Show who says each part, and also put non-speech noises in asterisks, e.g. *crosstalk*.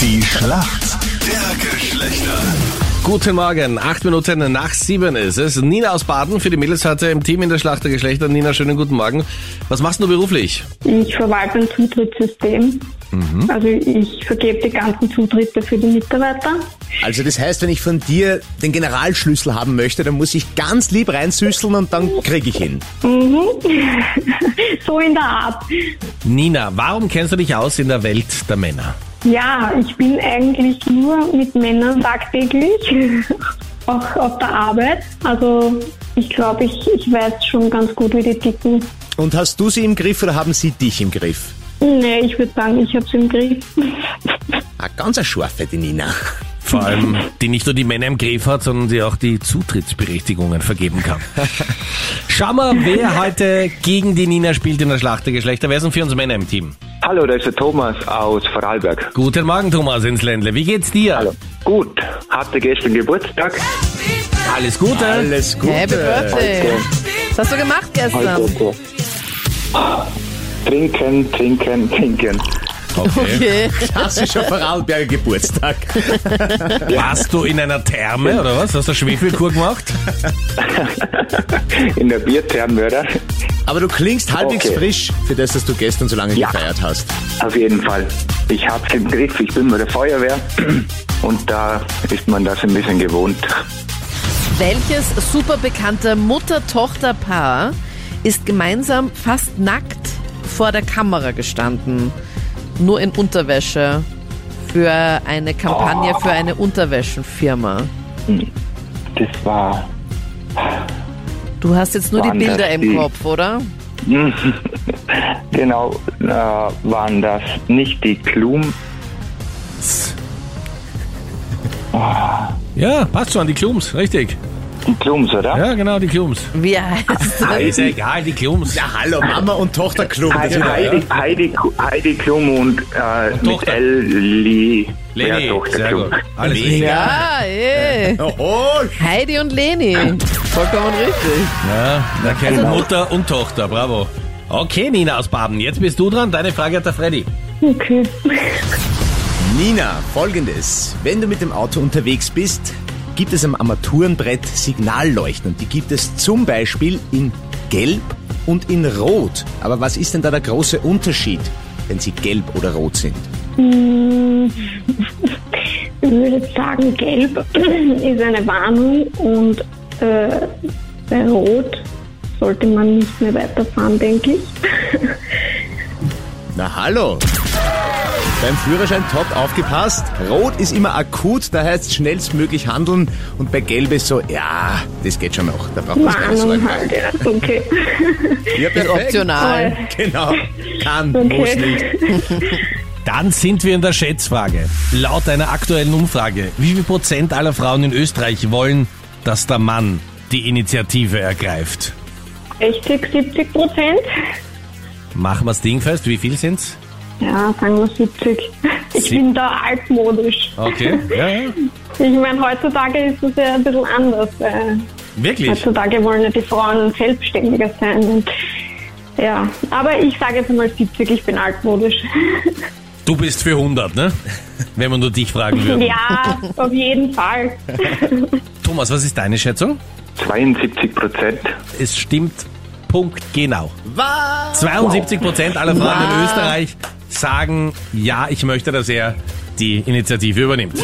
Speaker 1: Die Schlacht der Geschlechter.
Speaker 2: Guten Morgen, acht Minuten nach sieben ist es. Nina aus Baden für die Mädels hatte im Team in der Schlacht der Geschlechter. Nina, schönen guten Morgen. Was machst du beruflich?
Speaker 3: Ich verwalte ein Zutrittssystem. Also ich vergebe die ganzen Zutritte für die Mitarbeiter.
Speaker 4: Also das heißt, wenn ich von dir den Generalschlüssel haben möchte, dann muss ich ganz lieb reinsüßeln und dann kriege ich ihn.
Speaker 3: Mhm. *laughs* so in der Art.
Speaker 2: Nina, warum kennst du dich aus in der Welt der Männer?
Speaker 3: Ja, ich bin eigentlich nur mit Männern tagtäglich, *laughs* auch auf der Arbeit. Also ich glaube, ich, ich weiß schon ganz gut, wie die ticken.
Speaker 4: Und hast du sie im Griff oder haben sie dich im Griff?
Speaker 3: Nee, ich würde sagen, ich habe es im Griff. *laughs*
Speaker 4: Ah, ganz eine scharfe, die Nina.
Speaker 2: Vor allem, die nicht nur die Männer im Griff hat, sondern die auch die Zutrittsberechtigungen vergeben *laughs* kann. Schau mal, wer heute gegen die Nina spielt in der Schlacht der Geschlechter. Wer sind für uns Männer im Team?
Speaker 5: Hallo, da ist der Thomas aus Vorarlberg.
Speaker 2: Guten Morgen, Thomas ins Ländle. Wie geht's dir?
Speaker 5: Hallo. Gut, hatte gestern Geburtstag.
Speaker 2: Alles Gute.
Speaker 4: Alles Gute.
Speaker 6: Happy Birthday. Was hast du gemacht gestern?
Speaker 5: Heute so. Trinken, trinken, trinken.
Speaker 6: Okay.
Speaker 4: Klassischer Vorarlberger Geburtstag.
Speaker 2: Warst du in einer Therme oder was? Hast du Schwefelkur gemacht?
Speaker 5: In der Biertherme, oder?
Speaker 4: Aber du klingst halbwegs
Speaker 5: Okay.
Speaker 4: frisch für das, dass du gestern so lange
Speaker 5: Ja.
Speaker 4: gefeiert hast.
Speaker 5: Auf jeden Fall. Ich hab's im Griff, ich bin bei der Feuerwehr. Und da ist man das ein bisschen gewohnt.
Speaker 6: Welches super bekannte Mutter-Tochter-Paar ist gemeinsam fast nackt vor der Kamera gestanden? Nur in Unterwäsche. Für eine Kampagne für eine Unterwäschenfirma.
Speaker 5: Das war.
Speaker 6: Du hast jetzt nur die
Speaker 5: Waren das
Speaker 6: Bilder im
Speaker 5: die-
Speaker 6: Kopf, oder?
Speaker 5: Genau, äh, waren das nicht die Klum?
Speaker 2: Ja, passt schon, die Klums, richtig.
Speaker 5: Die Klums, oder?
Speaker 2: Ja, genau, die Klums.
Speaker 6: Wie heißt
Speaker 2: Ist ja egal, die Klums.
Speaker 4: Ja, hallo, Mama und Tochter Klum.
Speaker 5: Heidi, Also Heidi, Heidi, Heidi Klum und, äh, mit
Speaker 2: Tochter.
Speaker 5: Ellie.
Speaker 2: Leni,
Speaker 5: ja, Tochter
Speaker 2: sehr
Speaker 5: Klum.
Speaker 2: gut. Alles richtig.
Speaker 6: Ja, eh.
Speaker 4: Oh, oh,
Speaker 6: Heidi und Leni. Vollkommen richtig.
Speaker 2: Ja, da kennt Mutter und Tochter, bravo. Okay, Nina aus Baden, jetzt bist du dran. Deine Frage hat der Freddy.
Speaker 3: Okay.
Speaker 4: Nina, folgendes. Wenn du mit dem Auto unterwegs bist, gibt es am Armaturenbrett Signalleuchten. Die gibt es zum Beispiel in Gelb und in Rot. Aber was ist denn da der große Unterschied, wenn sie gelb oder rot sind?
Speaker 3: Ich würde sagen, gelb *clears throat* ist eine Warnung und äh, bei Rot sollte man nicht mehr weiterfahren, denke ich.
Speaker 4: Na hallo! Beim Führerschein top aufgepasst. Rot ist immer akut, da heißt schnellstmöglich handeln. Und bei Gelb ist so, ja, das geht schon noch. Da braucht man keine Sorgen
Speaker 3: Warnung
Speaker 4: machen.
Speaker 3: halt, ja. Okay.
Speaker 4: Ja,
Speaker 6: Ist
Speaker 4: perfekt.
Speaker 6: optional.
Speaker 4: *laughs* Genau. Kann, muss nicht.
Speaker 3: okay.
Speaker 2: Dann sind wir in der Schätzfrage. Laut einer aktuellen Umfrage, wie viel Prozent aller Frauen in Österreich wollen, dass der Mann die Initiative ergreift?
Speaker 3: 60, 70 Prozent?
Speaker 2: Machen wir's Ding fest, wie viel sind's?
Speaker 3: Ja, sagen wir 70. Ich
Speaker 2: Sie-
Speaker 3: bin da altmodisch.
Speaker 2: Okay, ja, ja.
Speaker 3: Ich meine, heutzutage ist es ja ein bisschen anders. Weil
Speaker 2: Wirklich?
Speaker 3: heutzutage wollen ja die Frauen selbstständiger sein. Und ja, aber ich sage jetzt mal 70, ich bin altmodisch.
Speaker 2: Du bist für 100, ne? Wenn man nur dich fragen würde.
Speaker 3: Ja, auf jeden Fall.
Speaker 2: Thomas, was ist deine Schätzung?
Speaker 5: 72 Prozent.
Speaker 2: Es stimmt punktgenau.
Speaker 4: Was?
Speaker 2: 72 Prozent aller Frauen in Österreich sagen, ja, ich möchte, dass er die Initiative übernimmt.